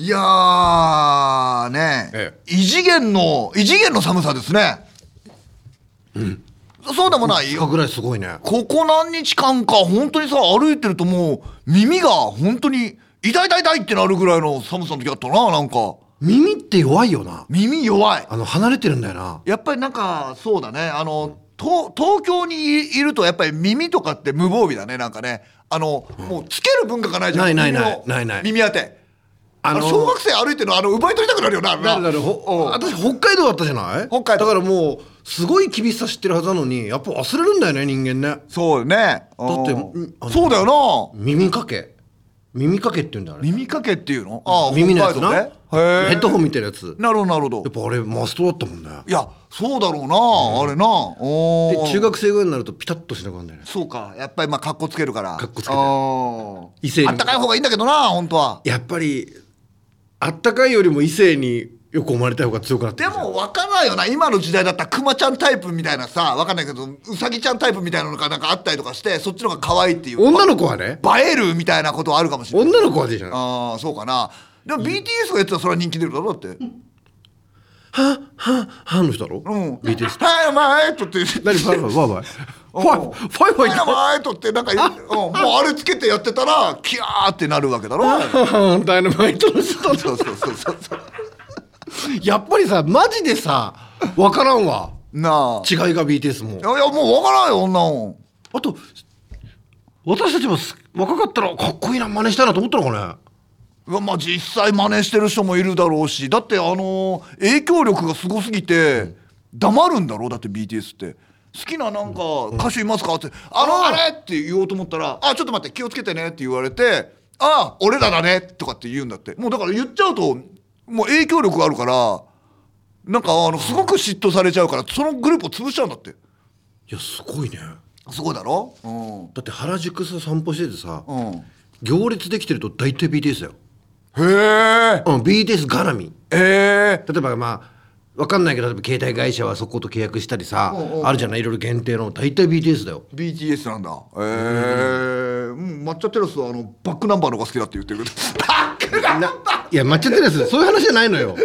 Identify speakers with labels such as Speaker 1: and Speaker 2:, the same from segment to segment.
Speaker 1: いやーね、
Speaker 2: え
Speaker 1: 異次元の異次元の寒さですね、そうでもない
Speaker 2: ぐらいすごいね。
Speaker 1: ここ何日間か本当にさ歩いてるともう耳が本当に痛い痛い痛いってなるぐらいの寒さの時あったななんか
Speaker 2: 耳って弱いよな。
Speaker 1: 耳弱い
Speaker 2: あの、離れてるんだよな。
Speaker 1: やっぱりなんかそうだねあの東東京にいいるとやっぱり耳とかって無防備だねなんかねあの、もうつける文化がないじゃん
Speaker 2: ないないない
Speaker 1: 耳の
Speaker 2: ないない
Speaker 1: 耳当てあ
Speaker 2: あ
Speaker 1: の
Speaker 2: の
Speaker 1: 小学生歩いてるのあの奪い取りたくなるよなあれな
Speaker 2: なるなるほ
Speaker 1: うん
Speaker 2: 私北海道だったじゃない
Speaker 1: 北海道
Speaker 2: だからもうすごい厳しさ知ってるはずなのにやっぱ忘れるんだよね人間ね
Speaker 1: そうよねだ
Speaker 2: ってうんあの
Speaker 1: そうだよな
Speaker 2: 耳かけ耳かけって言うんだよね
Speaker 1: 耳かけっていうのああ
Speaker 2: 耳のやつ
Speaker 1: 北
Speaker 2: な、
Speaker 1: 海道ねへえ
Speaker 2: ヘッドホンみたいなやつや
Speaker 1: なるほどなるほど
Speaker 2: っぱあれマストだったもんね
Speaker 1: いやそうだろうな、あれなおー
Speaker 2: で中学生ぐらいになるとピタッとしなくなるんだよね
Speaker 1: そうかやっぱりまあ格好つけるから
Speaker 2: かっこつけて
Speaker 1: あ
Speaker 2: 異性
Speaker 1: あ
Speaker 2: に
Speaker 1: ったかい方がいいんだけどな本当は
Speaker 2: やっぱりあったかいよりも異性によく思われた方が強くなって
Speaker 1: で
Speaker 2: るじゃん
Speaker 1: も分からないよな今の時代だったらクマちゃんタイプみたいなさ分かんないけどウサギちゃんタイプみたいなのがなんかあったりとかしてそっちの方が可愛いっていう
Speaker 2: 女の子はね
Speaker 1: ば映えるみたいなことはあるかもしれない
Speaker 2: 女の子はでいいじゃん
Speaker 1: ああそうかなでも BTS がやってたらそれは人気出るだろだって
Speaker 2: 歯の人だろ、
Speaker 1: うん
Speaker 2: BTS
Speaker 1: はいマイトって
Speaker 2: 何ファイファイファイファイファイファイファイ
Speaker 1: はいマイトってなんか言う、うん、もうあれつけてやってたらキャーってなるわけだろ
Speaker 2: ダイナマイトの人
Speaker 1: そうそうそうそうそう
Speaker 2: やっぱりさマジでさ分からんわ
Speaker 1: なあ
Speaker 2: 違いが BTS も
Speaker 1: いやいやもう分からんよ女もん
Speaker 2: あと私たちもす若かったらかっこいいな真似したいなと思ったのかね
Speaker 1: うわまあ実際真似してる人もいるだろうしだってあのー影響力がすごすぎて黙るんだろうだって BTS って好きななんか歌手いますかって「あのあれ!」って言おうと思ったら「あちょっと待って気をつけてね」って言われて「あ俺らだね」とかって言うんだってもうだから言っちゃうともう影響力があるからなんかあのすごく嫉妬されちゃうからそのグループを潰しちゃうんだって
Speaker 2: いやすごいね
Speaker 1: すごいだろうん
Speaker 2: だって原宿さ散歩しててさ、
Speaker 1: うん
Speaker 2: 行列できてると大体 BTS だよ、
Speaker 1: へえ
Speaker 2: うん、BTS 絡み
Speaker 1: え
Speaker 2: 例えばまあ分かんないけど例えば携帯会社はそこと契約したりさ、あるじゃないいろいろ限定の大体 BTS だよ
Speaker 1: BTS なんだえーうん、抹茶テラスはあのバックナンバーの方が好きだって言ってるけどバックナンバ
Speaker 2: いや抹茶テラスそういう話じゃないのよい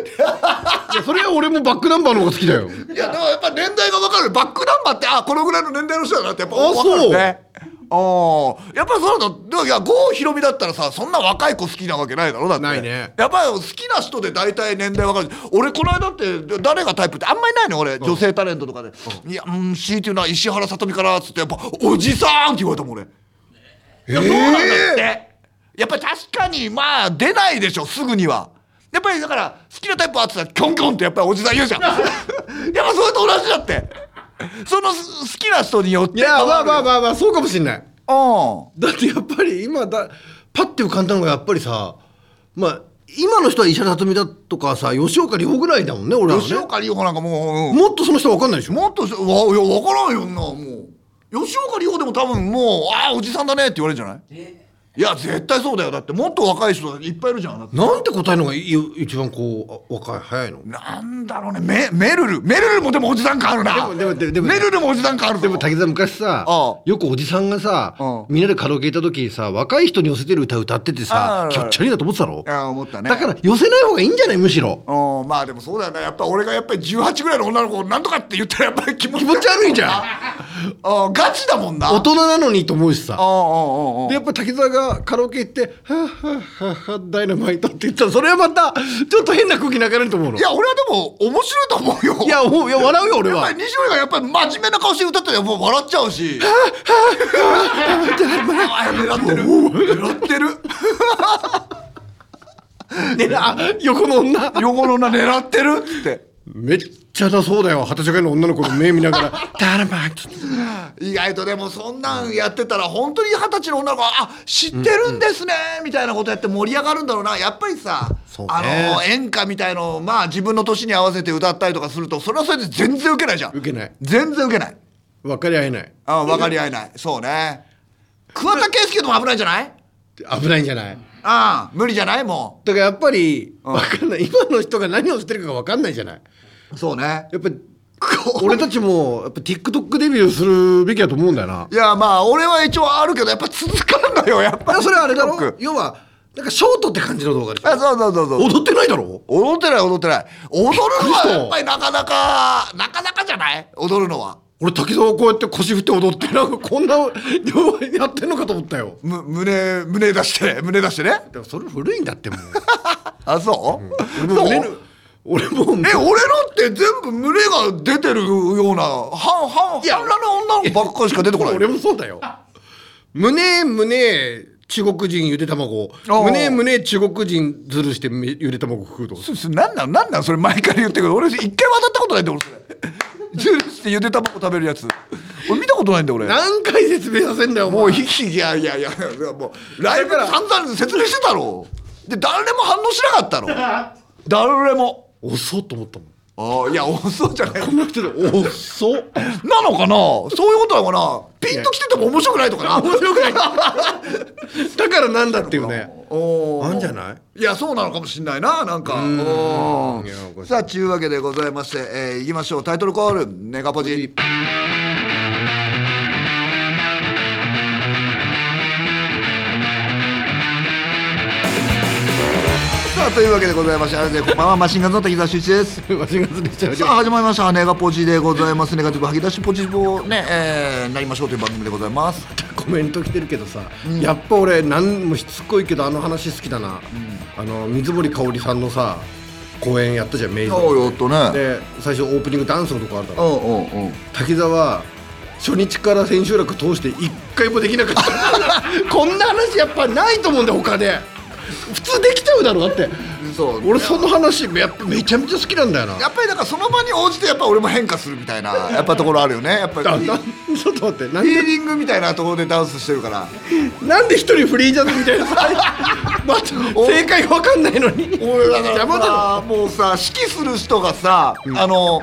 Speaker 2: やそれは俺もバックナンバーの方が好きだよ
Speaker 1: ーいやでもやっぱ年代が分かるバックナンバーってあこのぐらいの年代の人だなってやっぱ
Speaker 2: あ
Speaker 1: 分かるねあーやっぱりそうだとでもいや郷ひろみだったらさそんな若い子好きなわけないだろだって
Speaker 2: ないね
Speaker 1: やっぱり好きな人で大体年代分かる俺この間って誰がタイプってあんまりないの俺女性タレントとかで、いやうん強いて言うのは石原さとみからっつってやっぱおじさんって言われたもん俺。いやそうなんだって、やっぱり確かにまあ出ないでしょすぐにはやっぱりだから好きなタイプはって言ったらキョンキョンってやっぱりおじさん 言うじゃんやっぱそれと同じだってそのす好きな人によって
Speaker 2: い
Speaker 1: い
Speaker 2: やまあまあまあまあそうかもしんない
Speaker 1: あ
Speaker 2: だってやっぱり今だパッて浮かんだのがやっぱりさまあ今の人は石原さとみだとかさ吉岡里帆ぐらいだもんね俺ら
Speaker 1: うん
Speaker 2: は
Speaker 1: 吉
Speaker 2: ね
Speaker 1: 岡里帆なんかもう、うん
Speaker 2: もっとその人わかんないでしょ
Speaker 1: もっとしわいや分からんよんなもう吉岡里帆でも多分もうああおじさんだねって言われるんじゃないいや絶対そうだよだってもっと若い人いっぱいいるじゃんあなた
Speaker 2: なんて答えるのがい一番こうあ若い早いの
Speaker 1: なんだろうねメメルルメルルもでもおじさん感あるな
Speaker 2: でもでもでも
Speaker 1: メルルもおじさん感あるで
Speaker 2: でも武田昔さ
Speaker 1: ああ
Speaker 2: よくおじさんがさ
Speaker 1: うん
Speaker 2: みんなでカラオケ行った時さ若い人に寄せてる歌歌ってて
Speaker 1: あある
Speaker 2: さキ
Speaker 1: あ
Speaker 2: ャ
Speaker 1: る
Speaker 2: ッチャリーだと思ってたろ
Speaker 1: ああ思ったね
Speaker 2: だから寄せない方がいいんじゃないむしろ
Speaker 1: うん、まあでもそうだよねやっぱ俺がやっぱり18ぐらいの女の子をなんとかって言ったらやっぱり気持ち
Speaker 2: 気持ち悪いじゃん
Speaker 1: あガチだもんな
Speaker 2: 大人なのにと思うしさ
Speaker 1: ああああああ
Speaker 2: でやっぱ滝沢がカラオケ行って「はぁはぁはぁはぁダイナマイト」って言ったらそれはまたちょっと変な空気流れると思うの
Speaker 1: いや俺はでも面白いと思うよ
Speaker 2: いやおいや笑うよ俺
Speaker 1: やっ
Speaker 2: は
Speaker 1: ぱり西森がやっぱり真面目な顔して歌ったらやっぱ笑っちゃうしあ狙ってる狙ってる
Speaker 2: であ横の女
Speaker 1: 横の女狙ってるって
Speaker 2: めっちゃだそうだよ二十歳ぐらいの女の子の目見ながら「ダイナマイト」
Speaker 1: 意外とでもそんなんやってたら本当に二十歳の女の子は「あ知ってるんですね」みたいなことやって盛り上がるんだろうなやっぱりさ、
Speaker 2: そうね
Speaker 1: あの演歌みたいのをまあ自分の年に合わせて歌ったりとかするとそれはそれで全然ウケないじゃん
Speaker 2: 受けない
Speaker 1: 全然ウケない
Speaker 2: 分かり合えない
Speaker 1: あ分かり合えないそうね桑田佳祐でも危ないじゃない
Speaker 2: 危ないんじゃない
Speaker 1: ああ無理じゃないも
Speaker 2: だからやっぱり分かんない今の人が何をしてるか分かんないじゃないう
Speaker 1: そうね
Speaker 2: やっぱり俺たちもやっぱ TikTok デビューするべきだと思うんだよな い
Speaker 1: やまあ俺は一応あるけどやっぱ続かんのよやっぱ
Speaker 2: いや
Speaker 1: り
Speaker 2: それはあれだ
Speaker 1: よ
Speaker 2: ろ
Speaker 1: く
Speaker 2: 要はなんかショートって感じの動画でしょ
Speaker 1: あそうそうそうそう
Speaker 2: 踊ってないだろ
Speaker 1: 踊ってない踊ってない踊る
Speaker 2: びっく
Speaker 1: の
Speaker 2: りし
Speaker 1: は
Speaker 2: た
Speaker 1: やっぱりなかなかなかなかじゃない踊るのは
Speaker 2: 俺滝沢こうやって腰振って踊ってなんかこんな両腕やってんのかと思ったよ
Speaker 1: む胸胸出して胸出してね
Speaker 2: でもそれ古いんだってもう
Speaker 1: あそう、
Speaker 2: 俺 も
Speaker 1: そう
Speaker 2: 胸の俺もう
Speaker 1: え俺のって全部胸が出てるような半半
Speaker 2: いや
Speaker 1: 半裸の女の子ばっかりしか出てこない
Speaker 2: 俺もそうだよ胸胸中国人ゆで卵
Speaker 1: ああ
Speaker 2: 胸胸中国人ずるしてめゆで卵食うと
Speaker 1: すすなんなんなんなんそれ毎回言ってくる俺一回も当たったことないんだよ俺それジュースってゆで卵食べるやつ俺見たことないんだよ俺
Speaker 2: 何回説明させんだよ
Speaker 1: も
Speaker 2: も
Speaker 1: う
Speaker 2: う
Speaker 1: いいいやいやいやもうライブで散々説明してたろで誰も反応しなか ったろ誰も
Speaker 2: 遅っと思ったもん
Speaker 1: ああいや遅いじゃない
Speaker 2: この人で遅っ
Speaker 1: なのかなそういうことなのかなピンときてても面白くないとかな
Speaker 2: 面白くないだから なんだっていうね
Speaker 1: おー
Speaker 2: あんじゃない
Speaker 1: いやそうなのかもしんないななんかおー
Speaker 2: いやおかしい
Speaker 1: さあちゅうわけでございまして、えー、いきましょうタイトルコールネガポジさあというわけでございましてあれでこんばんはマシンガンズの滝沢秀一です
Speaker 2: マシンガンズレクチャー
Speaker 1: さあ始まりましたネガポジでございますネガティブ吐き出しポジティブをね、えー、なりましょうという番組でございます
Speaker 2: コメント来てるけどさ、やっぱ俺なんもしつこいけどあの話好きだな、あの水森かおりさんのさ公演やったじゃんメイ
Speaker 1: お
Speaker 2: ド
Speaker 1: うよっとね
Speaker 2: で最初オープニングダンスのとこあるだ
Speaker 1: う
Speaker 2: ろ
Speaker 1: んうんうん
Speaker 2: 滝沢初日から千秋楽通して一回もできなかった こんな話やっぱないと思うんだよ他で普通できちゃうだろだって
Speaker 1: そう
Speaker 2: 俺その話やっぱめちゃめちゃ好きなんだよな
Speaker 1: やっぱりだからその場に応じてやっぱ俺も変化するみたいなやっぱところあるよねやっぱり
Speaker 2: あ
Speaker 1: ヒ
Speaker 2: なちょっと待ってなん
Speaker 1: ー
Speaker 2: で
Speaker 1: リングみたいなところでダンスしてるから
Speaker 2: なんで一人フリージャズみたいなさ また正解わかんないのに
Speaker 1: 俺だから
Speaker 2: 邪魔だろ
Speaker 1: さもうさ指揮する人がさ、あの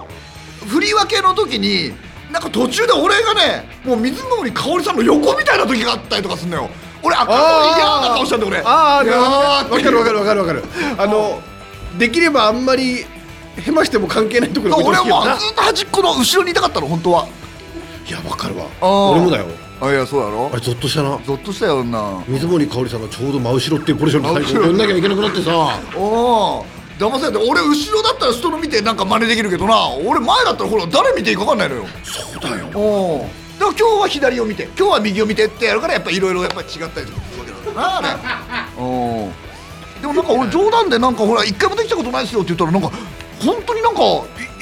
Speaker 1: 振り分けの時になんか途中で俺がねもう水森かおりさんの横みたいな時があったりとかすんのよ俺赤い嫌な顔したんだよ俺
Speaker 2: ああ
Speaker 1: あ
Speaker 2: わかるわかるわかるわかるあのできればあんまりへましても関係ないところに置
Speaker 1: 俺
Speaker 2: いてほしいよな
Speaker 1: はずっと端っこの後ろにいたかったの本当はい
Speaker 2: やわかるわ
Speaker 1: あー
Speaker 2: 俺もだよ
Speaker 1: あいやそうだろ
Speaker 2: あれゾッとしたな
Speaker 1: ゾッとしたよな
Speaker 2: 水森かおりさんがちょうど真後ろっていうポジションに最後寄んなきゃいけなくなってさ
Speaker 1: おお騙されて俺後ろだったら人の見てなんか真似できるけどな俺前だったらほら誰見ていいか分かんないのよ
Speaker 2: そうだよ
Speaker 1: おおだから今日は左を見て今日は右を見てってやるからやっぱいろいろやっぱ違ったりとかするわけなんだなあれ おおでもなんか俺冗談でなんかほら一回もできたことないですよって言ったらなんか本当になんかい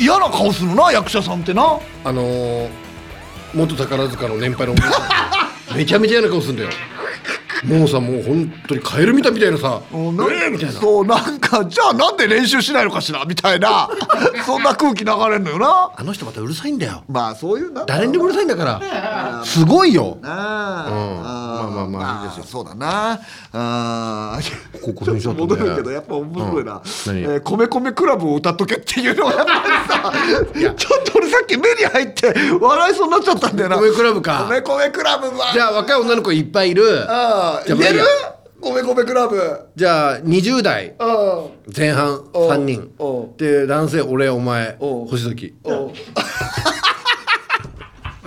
Speaker 1: 嫌な顔するな役者さんってな
Speaker 2: あのー、元宝塚の年配のお姉さ んめちゃめちゃ嫌な顔するんだよもうさもう本当にカエル見たみたいなさ「え
Speaker 1: おなん
Speaker 2: ー!」みたいな
Speaker 1: そうなんかじゃあなんで練習しないのかしらみたいな そんな空気流れんのよな
Speaker 2: あの人またうるさいんだよ
Speaker 1: まあそういうなんだろう
Speaker 2: 誰にでもうるさいんだからすごいよ
Speaker 1: あ
Speaker 2: うんまあまあまあいいですよ
Speaker 1: そうだなあー
Speaker 2: ここ選手だったね
Speaker 1: 戻るけどやっぱ面白いな「
Speaker 2: うん
Speaker 1: え
Speaker 2: 何
Speaker 1: ー米米クラブ」を歌っとけっていうのはやっぱりさちょっと俺さっき目に入って笑いそうになっちゃったんだよな
Speaker 2: 米クラブか
Speaker 1: 米米クラブは
Speaker 2: じゃあ若い女の子いっぱいいる
Speaker 1: あ
Speaker 2: じゃ
Speaker 1: ー
Speaker 2: あ
Speaker 1: 言える
Speaker 2: ま
Speaker 1: 米米クラブ
Speaker 2: じゃあ20代
Speaker 1: うんお
Speaker 2: 前半3人
Speaker 1: お
Speaker 2: で男性俺お前
Speaker 1: お
Speaker 2: 星崎
Speaker 1: う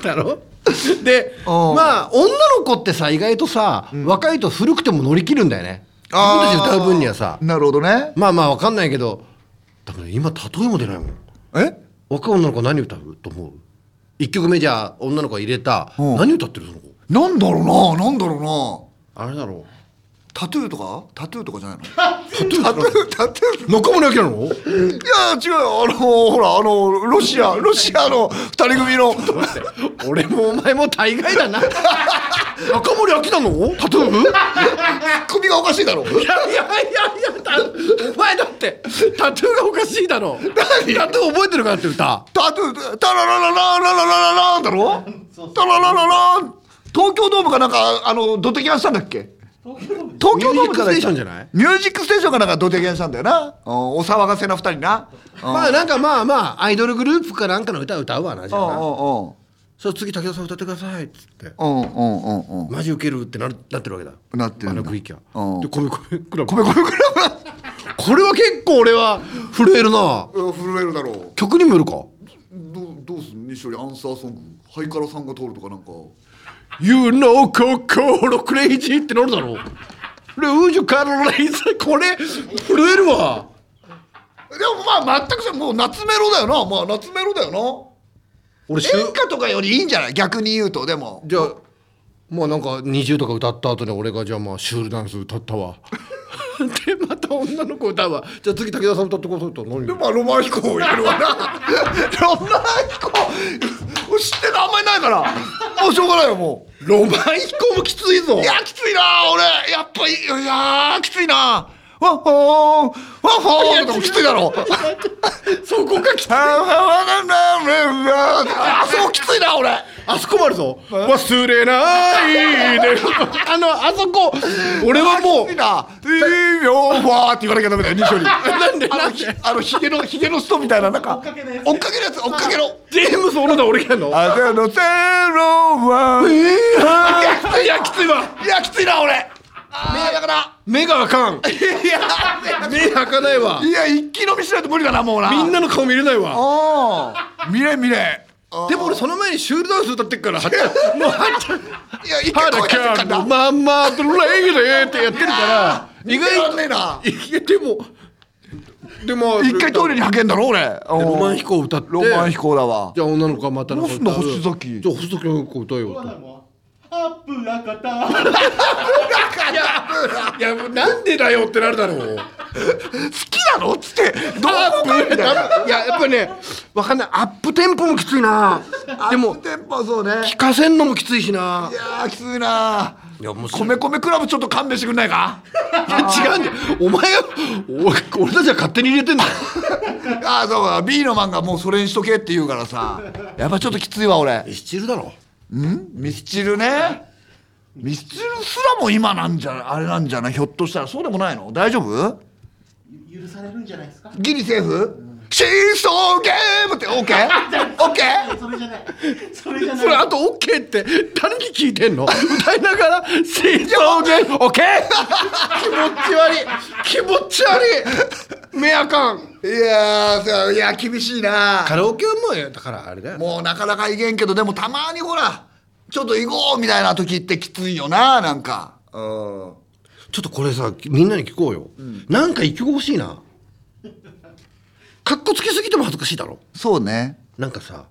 Speaker 2: だろ で
Speaker 1: お
Speaker 2: まあ女の子ってさ意外とさ、若いと古くても乗り切るんだよね自分たちで歌う分にはさ
Speaker 1: なるほどね
Speaker 2: まあまあわかんないけどだから今例えも出ないもん
Speaker 1: え
Speaker 2: 若い女の子何歌うと思う一曲目じゃあ女の子が入れた、
Speaker 1: うん
Speaker 2: 何歌ってるその子
Speaker 1: なんだろうななんだろうな
Speaker 2: あれだろ
Speaker 1: タトゥーとかタトゥーとかじゃないの
Speaker 2: タトゥー
Speaker 1: タトゥータトゥー
Speaker 2: 中村明なの
Speaker 1: いや違うよあのほらあのロシアロシアの二人組の
Speaker 2: 俺もお前も大概だな 中森明なのタトゥー部
Speaker 1: 首がおかしいだろ
Speaker 2: いやいやいやいやたお前だってタトゥーがおかしいだろ何タトゥー覚えてるかって歌
Speaker 1: タトゥータララララララララランだろタララララン東京ドームかなんかあのドテキャンしたんだっけ東京ドームかなんか
Speaker 2: ミュージックステーションじゃない
Speaker 1: ミュージックステーションかなんかドテキャンしたんだよなうんお騒がせな二人なうん
Speaker 2: まあなんかまあまあアイドルグループかなんかの歌歌うわなじゃあな
Speaker 1: う
Speaker 2: そしたら次武田さん歌ってくださいっつって
Speaker 1: んうんうんうんうんうんうん
Speaker 2: マジウケるってなるなってるわけだ
Speaker 1: なってる
Speaker 2: あの区域は
Speaker 1: うん
Speaker 2: で米米クラブ
Speaker 1: 米米クラブ
Speaker 2: これは結構俺は震えるな
Speaker 1: うん震えるだろう
Speaker 2: 曲にもよるか
Speaker 1: どうどうすん西よりアンサーソングハイカラさんが通るとかなんか
Speaker 2: You know 心クレイジーってなるだろうルージュカロレイズこれ震えるわ
Speaker 1: でもまあ全くそれもう夏メロだよなまあ夏メロだよ
Speaker 2: 俺
Speaker 1: な
Speaker 2: しゅ
Speaker 1: 演歌とかよりいいんじゃない逆に言うとでも
Speaker 2: じゃあまあなんか20とか歌った後に俺がじゃあまあシュールダンス歌ったわ でまた女の子歌うわじゃあ次武田さん歌ってくださいって何
Speaker 1: でもまあロマン飛行を入れるわなロマン飛行知ってるあんまりないからもうしょうがないよもう
Speaker 2: ロマン飛行もきついぞ
Speaker 1: いやきついな俺やっぱりいやーきついなわっほーわっほーとかもきついだろ
Speaker 2: そこがきつい
Speaker 1: あそうきついな俺
Speaker 2: あそこもあるぞ忘れないであのあそこ俺はもう
Speaker 1: いいな「いいよわ」って言わなきゃダメだよ二所に
Speaker 2: なんでなんで
Speaker 1: あのひげのひげの人みたいななんか追っかけるやつ追っかけろ
Speaker 2: ジェームス・オロダ俺がやんの
Speaker 1: あぜのゼロはい
Speaker 2: やきついわ
Speaker 1: いやきついな俺あーだから
Speaker 2: 目があ かん
Speaker 1: いや
Speaker 2: 目開かないわ
Speaker 1: いや一気飲みしないと無理だなもうな
Speaker 2: みんなの顔見れないわ
Speaker 1: ああ見れ見れあ
Speaker 2: でも俺その前にシュールダンス歌ってっから もうあんた
Speaker 1: いや一
Speaker 2: 「は
Speaker 1: 回声
Speaker 2: だ
Speaker 1: 出せっか
Speaker 2: か
Speaker 1: ん
Speaker 2: の
Speaker 1: だ
Speaker 2: まんまブレイレ」ってやってるから意
Speaker 1: 意外
Speaker 2: 外
Speaker 1: とねえない
Speaker 2: やでもでも
Speaker 1: 一回トイレに派遣だろ俺
Speaker 2: ロマン飛行歌って
Speaker 1: ロマン飛行だわ
Speaker 2: じゃあ女の子がまたなんか歌
Speaker 1: どうすんだ星崎
Speaker 2: じゃあ星崎の子歌えよと
Speaker 3: アップラカタ
Speaker 2: いやなんでだよってなるだろう
Speaker 1: 好きなのっつってどう
Speaker 2: アッ
Speaker 1: か
Speaker 2: プいややっぱりねわかんないアップテンポもきついなでも
Speaker 1: テンポそうね
Speaker 2: 聞かせんのもきついしない
Speaker 1: やーきついなー
Speaker 2: いや面白い
Speaker 1: 米米クラブちょっと勘弁してくんないか
Speaker 2: 違うんだよお前はお俺たちは勝手に入れてんだよ
Speaker 1: ああそうか B のマンがもうそれにしとけって言うからさやっぱちょっときついわ俺
Speaker 2: ミスチルだろ
Speaker 1: んミスチルねミスチルすらも今なんじゃあれなんじゃないひょっとしたらそうでもないの大丈夫
Speaker 3: 許されるんじゃないですか
Speaker 1: ギリセーフシーソーゲームって OK? OK?
Speaker 3: それじゃ ないそれじゃない
Speaker 2: それあと OK って誰に聞いてんの歌いながら「せーので OK」気持ち悪い気持ち悪い目あかん
Speaker 1: いやーそういや厳しいな
Speaker 2: カラオケはもうだからあれだよ
Speaker 1: もうなかなかいけんけどでもたまにほらちょっと行こうみたいな時ってきついよななんかうん
Speaker 2: ちょっとこれさみんなに聞こうよ、なんか一曲欲しいなかっこつけすぎても恥ずかしいだろ
Speaker 1: そうね
Speaker 2: なんかさ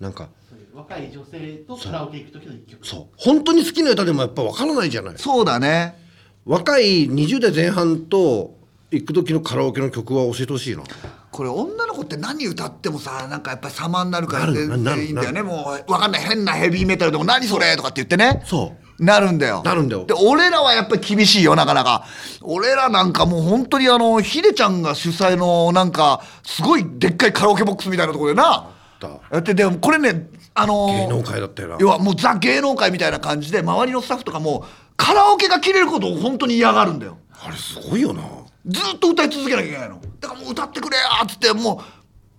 Speaker 2: なんか
Speaker 3: 若い女性とカラオケ行く時の一曲
Speaker 2: そう本当に好きな歌でもやっぱ分からないじゃない
Speaker 1: そうだね
Speaker 2: 若い20代前半と行く時のカラオケの曲は教えてほしいな
Speaker 1: これ女の子って何歌ってもさなんかやっぱり様になるから
Speaker 2: なる
Speaker 1: 全
Speaker 2: なる
Speaker 1: 然いいんだよねもう分かんない変なヘビーメタルでも何それとかって言ってね
Speaker 2: そう
Speaker 1: なるんだよ
Speaker 2: なるんだよ
Speaker 1: で俺らはやっぱり厳しいよなかなか俺らなんかもう本当にあのヒデちゃんが主催のなんかすごいでっかいカラオケボックスみたいなところでな
Speaker 2: だ
Speaker 1: やってでもこれねあのー
Speaker 2: 芸能界だったよな
Speaker 1: 要はもうザ芸能界みたいな感じで周りのスタッフとかもカラオケが切れることを本当に嫌がるんだよ
Speaker 2: あれすごいよな
Speaker 1: ずっと歌い続けなきゃいけないのだからもう歌ってくれやーっつっても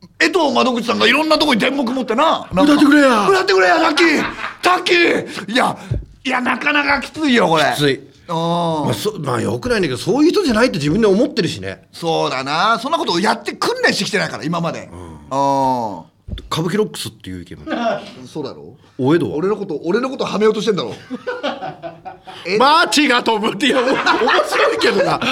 Speaker 1: う江藤窓口さんがいろんなとこに電目持ってななんか
Speaker 2: 歌ってくれや
Speaker 1: 歌ってくれやタッキータッキーいやいやなかなかきついよこれ
Speaker 2: きつい
Speaker 1: うん
Speaker 2: まあ、そまあよくないんだけどそういう人じゃないって自分で思ってるしね
Speaker 1: そうだなそんなことをやって訓練してきてないから今までうん
Speaker 2: 歌舞伎ロックスっていう意見も
Speaker 1: そうだろ
Speaker 2: お江戸は
Speaker 1: 俺のこと俺のことはめようとしてんだろえ
Speaker 2: マーチが飛ぶっていやお面白いけどなあれ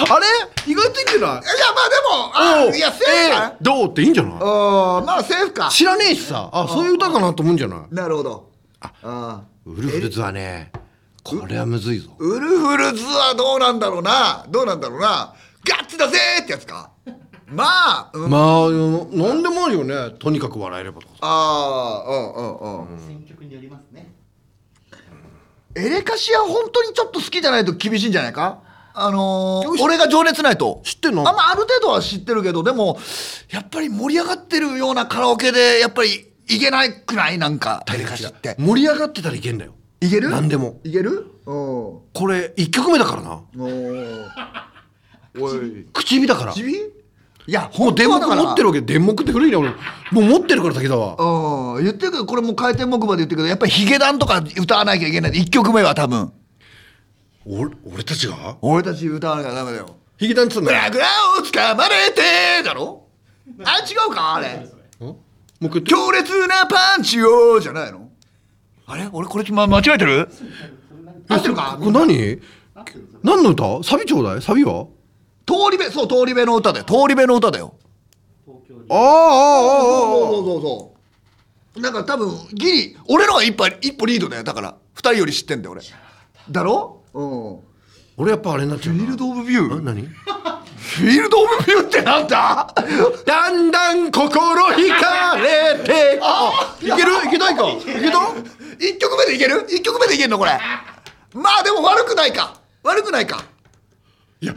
Speaker 2: 意外といいんじゃない
Speaker 1: いやまあでもあいやセーフか
Speaker 2: えーどうっていいんじゃない
Speaker 1: なうんまあセーフか
Speaker 2: 知らねえしさあそういう歌かなと思うんじゃない
Speaker 1: なるほどあー
Speaker 2: ウルフルズはねこれはむずいぞ
Speaker 1: ウルフルズはどうなんだろうなどうなんだろうなガッツだぜーってやつかまあ、うん、あ
Speaker 2: まあ何でもあるよねとにかく笑えればとかさ
Speaker 1: あーうんうんうん
Speaker 3: 選曲によりますね
Speaker 1: エレカシは本当にちょっと好きじゃないと厳しいんじゃないかあのー、俺が情熱ないと
Speaker 2: 知ってんの
Speaker 1: あんまある程度は知ってるけどでもやっぱり盛り上がってるようなカラオケでやっぱりいけないくないなんかエレカシって
Speaker 2: 盛り上がってたらいけんだよ
Speaker 1: いける
Speaker 2: 何でも
Speaker 1: いける うんお
Speaker 2: これ1曲目だからな
Speaker 1: ーおい
Speaker 2: 口火だから
Speaker 1: ちびいや
Speaker 2: もう
Speaker 1: 本
Speaker 2: 電
Speaker 1: 当
Speaker 2: 目
Speaker 1: はだから
Speaker 2: 持ってるわけ電目って古いね俺もう持ってるから滝沢
Speaker 1: うん言ってるけどこれもう回転木馬で言ってるけどやっぱりヒゲダンとか歌わなきゃいけない1曲目は多分
Speaker 2: 俺俺たちが
Speaker 1: 俺たち歌わなきゃダメだよ
Speaker 2: ヒゲダンっつう
Speaker 1: 「
Speaker 2: ん
Speaker 1: グ
Speaker 2: だ
Speaker 1: ラグラをつかまれて」だろあ違うかあれ
Speaker 2: んもう一回言っ
Speaker 1: 「
Speaker 2: て
Speaker 1: 強烈なパンチを」じゃないのあれ俺これ、ま、間違えてる合ってるか
Speaker 2: これ何
Speaker 3: かってるんですよ
Speaker 2: 何の歌サビちょうだいサビは
Speaker 1: 通り部そう通り部の歌だよ通り部の歌だよ
Speaker 3: 東京に
Speaker 2: ああああああ
Speaker 1: そうそうそうそうなんか多分ギリ俺のが一歩一歩リードだよだから2人より知ってんだよ俺だろうん
Speaker 2: 俺やっぱあれになっちゃう
Speaker 1: フ
Speaker 2: な
Speaker 1: ィールド・オブ・ビュ
Speaker 2: ん
Speaker 1: ー
Speaker 2: 何
Speaker 1: フィールド・オブ・ビューってなんだ
Speaker 2: だんだん心惹かれてあいけるいけないかいけた
Speaker 1: 一曲目でいける一曲目でいけるのこれまあでも悪くないか悪くないか
Speaker 2: いや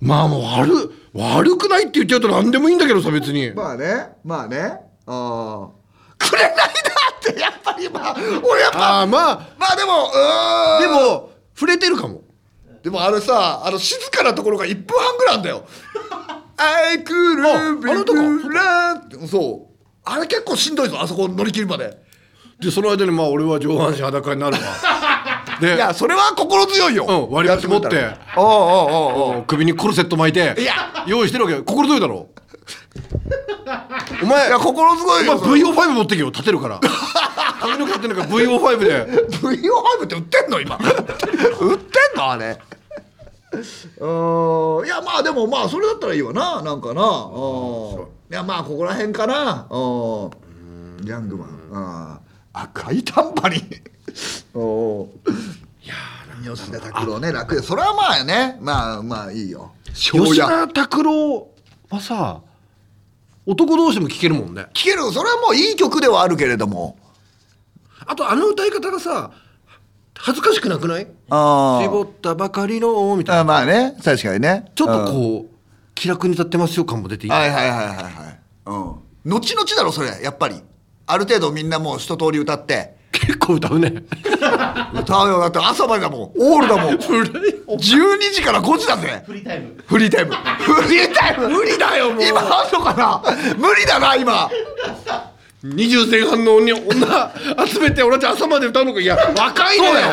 Speaker 2: まあもう悪悪くないって言っちゃうと何でもいいんだけどさ別に、
Speaker 1: まあねまあねああくれないだってやっぱりまあ俺やっぱ
Speaker 2: ああま
Speaker 1: まあで
Speaker 2: あで
Speaker 1: もうーん
Speaker 2: も触れてるかも
Speaker 1: でもあれさあの静かなところが1分半ぐらいあんだよ「アイクル
Speaker 2: ああのとこ
Speaker 1: ラン」ってそうあれ結構しんどいぞあそこ乗り切るまで
Speaker 2: でその間にまあ俺は上半身裸になるわで
Speaker 1: いやそれは心強いよ、
Speaker 2: うん割り箸持って
Speaker 1: やくれたらおうおうおうおう
Speaker 2: 首にコルセット巻いて
Speaker 1: いや
Speaker 2: 用意してるわけ心強いだろお前
Speaker 1: いや心強いよ
Speaker 2: お前 VO5 持ってけよ立てるから髪の毛立てるから VO5 で
Speaker 1: VO5 って売ってんの 今売ってんのあれうーんいやまあでもまあそれだったらいいわななんかなうんいやまあここら辺かなうんヤングマンうん赤いタンバリンおいや吉田拓郎ね楽でそれはまあねまあまあいいよ
Speaker 2: 吉田拓郎はさ男同士も聴けるもんね
Speaker 1: 聴けるそれはもういい曲ではあるけれども
Speaker 2: あとあの歌い方がさ恥ずかしくなくない
Speaker 1: あ
Speaker 2: 絞ったばかりのみたい
Speaker 1: あ
Speaker 2: な
Speaker 1: まあね確かにね
Speaker 2: ちょっとこう気楽に歌ってますよ感も出ていい、
Speaker 1: はいはいはいはいはいうん後々だろそれやっぱりある程度みんなもう一通り歌って
Speaker 2: 結構歌うね
Speaker 1: 歌うよだって朝までだもんオールだもん12時から5時だぜ
Speaker 3: フリータイム
Speaker 1: フリータイムフリータイム無理だよもう今あんのかな無理だな今
Speaker 2: 20前半の女女集めて俺たち朝まで歌うのかいや若いね
Speaker 1: そうだよ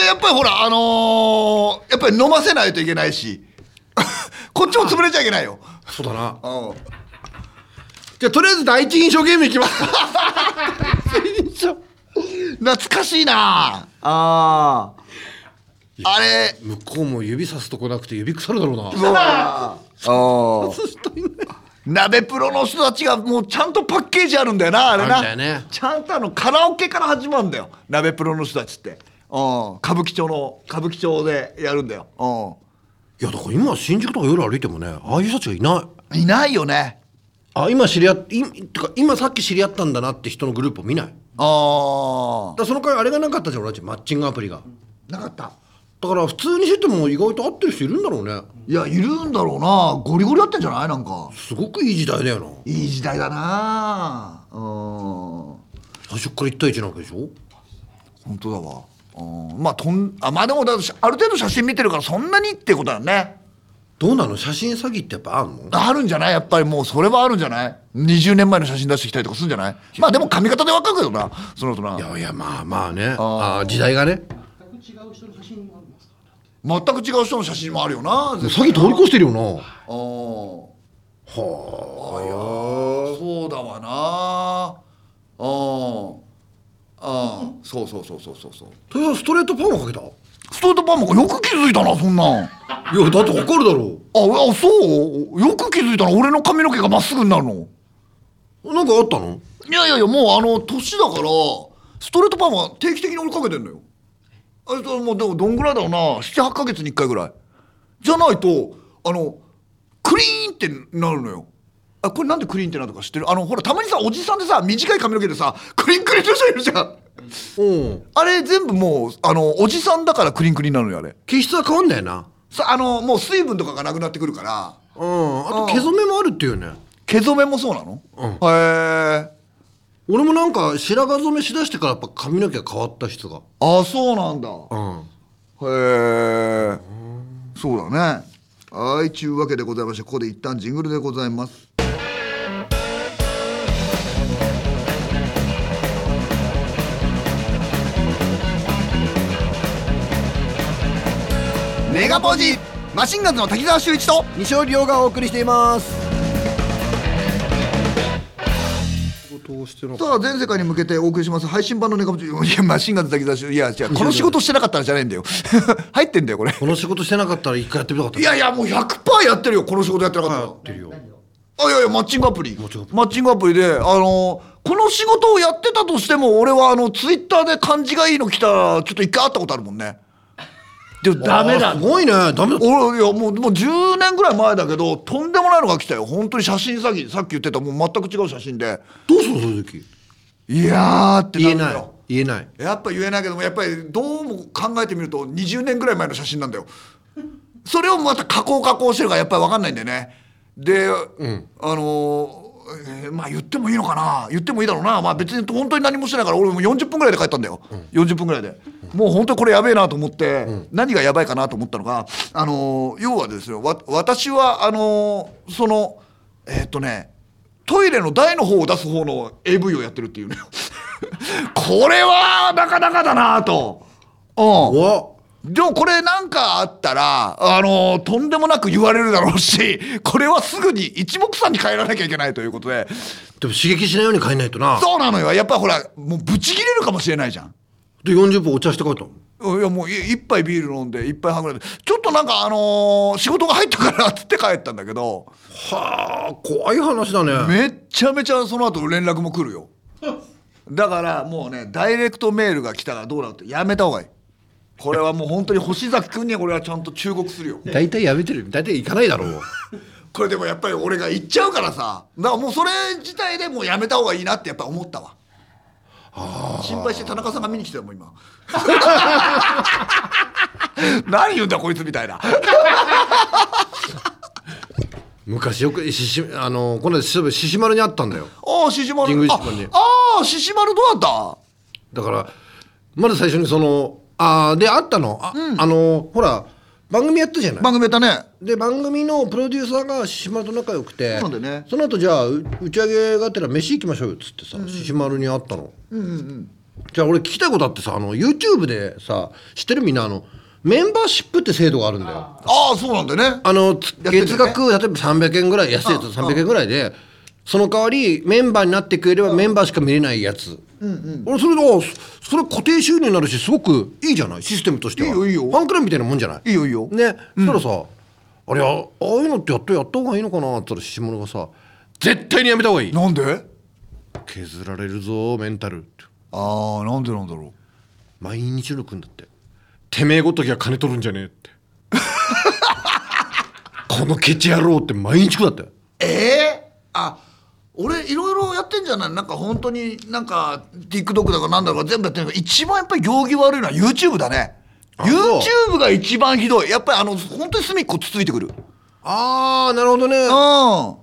Speaker 1: でやっぱりほらあのーやっぱり飲ませないといけないし こっちも潰れちゃいけないよ
Speaker 2: そうだな
Speaker 1: うん
Speaker 2: じゃあとりあえず第一印象ゲームい きますか
Speaker 1: 懐かしいなあーあれ
Speaker 2: 向こうも指さすとこなくて指腐るだろうな
Speaker 1: うわーあー
Speaker 2: 刺したいね
Speaker 1: 鍋プロの人たちがもうちゃんとパッケージあるんだよなあれ
Speaker 2: あ
Speaker 1: な
Speaker 2: るんだよね
Speaker 1: ちゃんとあのカラオケから始まるんだよ鍋プロの人たちって、うん、歌舞伎町の歌舞伎町でやるんだよ、
Speaker 2: いやだから今新宿とか夜歩いてもねああいう人たちがいない
Speaker 1: うん、いないよね
Speaker 2: あ今知り合っいてか今さっき知り合ったんだなって人のグループを見ないだか
Speaker 1: あ
Speaker 2: らその回あれがなかったじゃん俺たちマッチングアプリが
Speaker 1: あなかった
Speaker 2: だから普通にしてても意外と合ってる人いるんだろうね
Speaker 1: いやいるんだろうなゴリゴリやってんじゃないなんか
Speaker 2: すごくいい時代だよない
Speaker 1: い時代だなうん本
Speaker 2: 最初から一対一なわけでしょ
Speaker 1: 当だわうんまあとんあまあでもだってある程度写真見てるからそんなにってことだよね
Speaker 2: どうなの写真詐欺ってやっぱあんの。
Speaker 1: あるんじゃないやっぱりもうそれはあるんじゃない ?20 年前の写真出してきたりとかするんじゃないまあでも髪型でわかるけどな、その後ない
Speaker 2: やいやまあまあねああ時代がね
Speaker 3: 全く違う人の写真もありますから
Speaker 1: 全く違う人の写真もあるよな。
Speaker 2: 詐欺通り越してるよなは
Speaker 1: あー
Speaker 2: あ
Speaker 1: そうだわな。あーあー。そうそうそうそうそうそう。
Speaker 2: とりあえずストレートパンをかけたい
Speaker 1: ストレートパンマンよく気づいたな、そんなん。あ、
Speaker 2: やだってわかるだろ
Speaker 1: あそうよく気づいたな。俺の髪の毛がまっすぐになるの。
Speaker 2: うなんかあったの
Speaker 1: いやいやいやもうあの年だからストレートパーマ定期的に俺かけてんのよあれそれもうでもどんぐらいだろうな78ヶ月に1回ぐらいじゃないとあのクリーンってなるのよあこれなんでクリーンってなるとか知ってるあのほらたまにさおじさんでさ短い髪の毛でさクリンクリンの人いるじゃん
Speaker 2: うん
Speaker 1: あれ全部もうあのおじさんだからクリンクリンなのよあれ
Speaker 2: 気質は変わんだよな
Speaker 1: さあのもう水分とかがなくなってくるから
Speaker 2: うんあと毛染めもあるっていうね
Speaker 1: 毛染めもそうなの、
Speaker 2: うん
Speaker 1: へえ
Speaker 2: 俺もなんか白髪染めしだしてからやっぱ髪の毛が変わった質が
Speaker 1: あそうなんだ
Speaker 2: うん
Speaker 1: へえそうだねはいちゅうわけでございましてここで一旦ジングルでございますメガポジマシンガンズの滝沢秀一と
Speaker 2: 西尾亮がお送りしています
Speaker 1: というこ
Speaker 2: 事をしてなかっ
Speaker 1: さあ全世界に向けてお送りします配信版のネカブチいやマシンガンズだけだしいや違うこの仕事してなかったらじゃないんだよ 入ってんだよこれ
Speaker 2: たこの仕事してなかったら一回やってみたかった
Speaker 1: いやいやもう100%やってるよこの仕事やってなかったら、
Speaker 2: やってるよ
Speaker 1: あいやいやマッチングアプリマ
Speaker 2: ッチングア
Speaker 1: ッ
Speaker 2: プ
Speaker 1: チングアプリであのこの仕事をやってたとしても俺はあのツイッターで感じがいいの来たらちょっと一回会ったことあるもん ねでもダメだ
Speaker 2: あーすごいねダメだ
Speaker 1: 俺いやもうもう10年ぐらい前だけどとんでもないのが来たよ本当に写真詐欺さっき言ってたもう全く違う写真で
Speaker 2: どうするそういう時
Speaker 1: いやーってな
Speaker 2: 言え
Speaker 1: るの
Speaker 2: ない
Speaker 1: よ
Speaker 2: 言えない
Speaker 1: やっぱ言えないけどもやっぱりどうも考えてみると20年ぐらい前の写真なんだよそれをまた加工加工してるからやっぱり分かんないんだよねで、あのーえーまあ言ってもいいのかな言ってもいいだろうなまあ別に本当に何もしてないから俺も40分ぐらいで帰ったんだよ、40分ぐらいで、もう本当にこれやべえなと思って、何がやばいかなと思ったのが、あのー要はですよわ私はあのーそのえーっとねトイレの台の方を出す方の AV をやってるっていうね これはなかなかだなと。うん、
Speaker 2: わ
Speaker 1: でもこれなんかあったら、あのとんでもなく言われるだろうし、 これはすぐに一目散に変えらなきゃいけないということで、
Speaker 2: でも刺激しないように変えないとな
Speaker 1: そうなのよ。やっぱほら、もうブチ切れるかもしれないじゃん。
Speaker 2: で40分お茶して帰ったの
Speaker 1: いやもうい一杯ビール飲んで一杯半ぐらいでちょっとなんかあのー仕事が入ったからっつって帰ったんだけど
Speaker 2: はあ怖い話だね
Speaker 1: めっちゃめちゃその後連絡も来るよだからもうねダイレクトメールが来たらどうだってやめた方がいいこれはもう本当に星崎君には俺はちゃんと忠告するよ
Speaker 2: 大体やめてる大体行かないだろう
Speaker 1: これでもやっぱり俺が言っちゃうからさだからもうそれ自体でもうやめた方がいいなってやっぱ思ったわ心配して田中さんが見に来てたよもう今 何言うんだこいつみたいな
Speaker 2: 昔よくししあのこの間そういえば獅子丸にあったんだよ
Speaker 1: ああ獅子丸
Speaker 2: 神宮
Speaker 1: あ
Speaker 2: 寺君に
Speaker 1: ああ獅子丸どうだっ
Speaker 2: だからまず最初にそのあーであったのあ,、あのほら番組やったじゃな
Speaker 1: た
Speaker 2: い
Speaker 1: 番組やったね
Speaker 2: で番組のプロデューサーが獅子丸と仲良くて
Speaker 1: そうなんだよね
Speaker 2: その後じゃあう打ち上げがてら飯行きましょうよっつってさ獅子、丸に会ったの、じゃあ俺聞きたいことあってさあの YouTube でさ知ってるみんなあのメンバーシップって制度があるんだよ
Speaker 1: ああそうなんだよね
Speaker 2: あのつ
Speaker 1: やってるんだ
Speaker 2: 月
Speaker 1: よね
Speaker 2: 額例えば300円ぐらい安いやつ300円ぐらいでその代わりメンバーになってくれればメンバーしか見れないやつ、俺それであそそれ固定収入になるしすごくいいじゃないシステムとしてはい
Speaker 1: いよいいよ
Speaker 2: ファンクラブみたいなもんじゃない
Speaker 1: いいよいいよ
Speaker 2: ね、そしたらさあれあああいうのってやっとやった方がいいのかなって言ったらシシモノがさ絶対にやめた方がいい
Speaker 1: なんで
Speaker 2: 削られるぞメンタルって
Speaker 1: ああなんでなんだろ
Speaker 2: 毎日のくんだっててめえごときは金取るんじゃねえって このケチ野郎って毎日くんだって
Speaker 1: うええあ俺いろいろやってんじゃないなんか本当になんか TikTok だかなんだか全部やってるけど一番やっぱり行儀悪いのは YouTube だね
Speaker 2: あそう
Speaker 1: YouTube が一番ひどいやっぱりあの本当に隅っこつついてくる
Speaker 2: ああなるほどね
Speaker 1: うん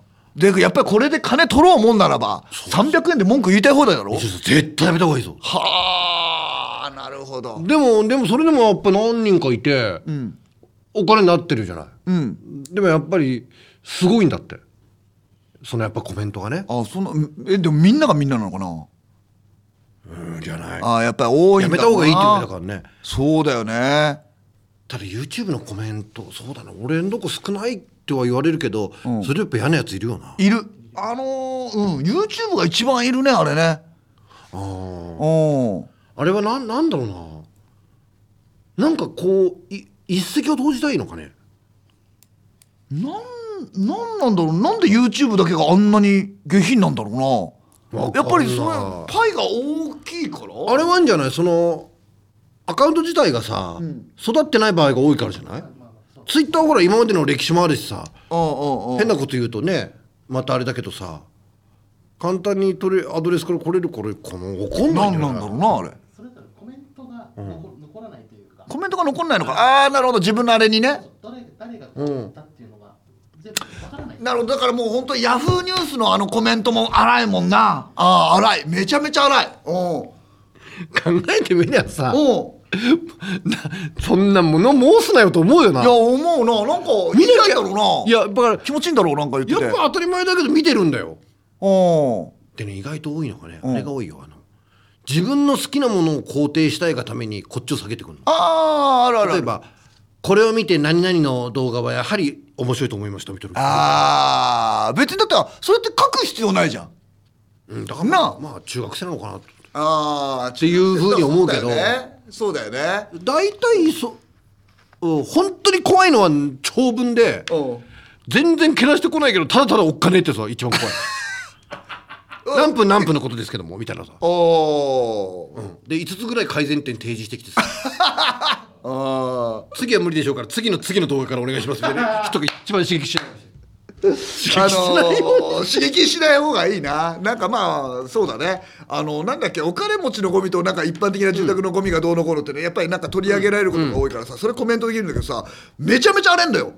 Speaker 1: でやっぱりこれで金取ろうもんならば300円で文句言いたい放題だろ
Speaker 2: 絶対やめた方がいいぞ
Speaker 1: はあなるほど
Speaker 2: でもでもそれでもやっぱ何人かいて、お金になってるじゃない、
Speaker 1: うん
Speaker 2: でもやっぱりすごいんだってそのやっぱコメントがね
Speaker 1: あそんなえでもみんながみんななのかな
Speaker 2: うんじゃない
Speaker 1: あやっぱり多い
Speaker 2: や
Speaker 1: んだ
Speaker 2: めた
Speaker 1: ろ
Speaker 2: 方
Speaker 1: うな
Speaker 2: が
Speaker 1: い
Speaker 2: いって言われたからね
Speaker 1: そうだよね
Speaker 2: ただ YouTube のコメントそうだな俺のとこ少ないっては言われるけど、それでやっぱ嫌なやついるよない
Speaker 1: るあのーうん YouTube が一番いるねあれね
Speaker 2: あー
Speaker 1: うん
Speaker 2: あれはなんなんだろうななんかこうい一石を投じたいのかね
Speaker 1: なんなんなんだろうなんで YouTube だけがあんなに下品なんだろうな
Speaker 2: わかんない
Speaker 1: やっぱりそれパイが大きいから
Speaker 2: あれはあんじゃないそのアカウント自体がさ、育ってない場合が多いからじゃないツイッターほら今までの歴史もあるしさ
Speaker 1: うんうんうん
Speaker 2: 変なこと言うとねまたあれだけどさ簡単に取れアドレスから来れるこれこの怒んな
Speaker 1: な
Speaker 2: い
Speaker 1: んん
Speaker 2: じゃ
Speaker 1: なん
Speaker 2: な
Speaker 1: だろ
Speaker 2: いう
Speaker 1: なあれ
Speaker 3: それぞれコメントが残,、残らないというか、
Speaker 1: コメントが残んないのかああーなるほど自分のあれにね
Speaker 3: 誰誰が撮ったっていうのが全部わからない。
Speaker 1: なるほどだからもう本当ヤフーニュースのあのコメントも荒いもんなああ荒いめちゃめちゃ荒いおう
Speaker 2: 考えてみりゃさ
Speaker 1: おう
Speaker 2: なそんなもの申すなよと思うよない
Speaker 1: や思うななんか見ないだろうない
Speaker 2: やだから
Speaker 1: 気持ちいいんだろうなんか言ってて
Speaker 2: やっぱ当たり前だけど見てるんだよ
Speaker 1: うん
Speaker 2: でね意外と多いのがね、
Speaker 1: ん
Speaker 2: あれが多いよあの自分の好きなものを肯定したいがためにこっちを下げてくるの
Speaker 1: あああるあるあ
Speaker 2: 例え
Speaker 1: る
Speaker 2: ばこれを見て何々の動画はやはり面白いと思いましたみたいな
Speaker 1: ああ別にだってそれって書く必要ないじゃん
Speaker 2: うんだから
Speaker 1: なあ
Speaker 2: まあ中学生なのかなと
Speaker 1: ああって
Speaker 2: いうふうに思うけど
Speaker 1: そうだよね
Speaker 2: 大体そうん本当に怖いのは長文で
Speaker 1: そう
Speaker 2: 全然けなしてこないけどただただおっかねえってさ一番 怖い何分何分のことですけどもみたいなさ
Speaker 1: だよねおー
Speaker 2: で5つぐらい改善点提示してきてさ
Speaker 1: あ
Speaker 2: 次は無理でしょうから次の次の動画からお願いしますみた いな人が一番刺激しない
Speaker 1: ーあの ー、刺激しない方がいいななんかまあそうだねあのなんだっけお金持ちのゴミとなんか一般的な住宅のゴミがどうのこうのってねやっぱりなんか取り上げられることが多いからさそれコメントできるんだけどさめちゃめちゃあれんだよ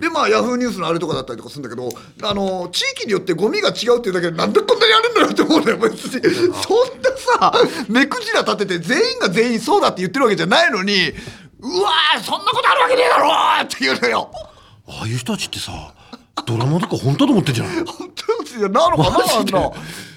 Speaker 1: でまあヤフーニュースのあれとかだったりとかするんだけどあのー地域によってゴミが違うっていうだけでなんでこんなにあるんだろうって思うのよ別にそんなさ目くじら立てて全員が全員そうだって言ってるわけじゃないのにうわーそんなことあるわけねえだろーっていうのよ。
Speaker 2: ああいう人たちってさドラマとか本当だと思ってんじゃない
Speaker 1: 本当になのかなあ
Speaker 2: マ
Speaker 1: ん
Speaker 2: ジ
Speaker 1: な
Speaker 2: で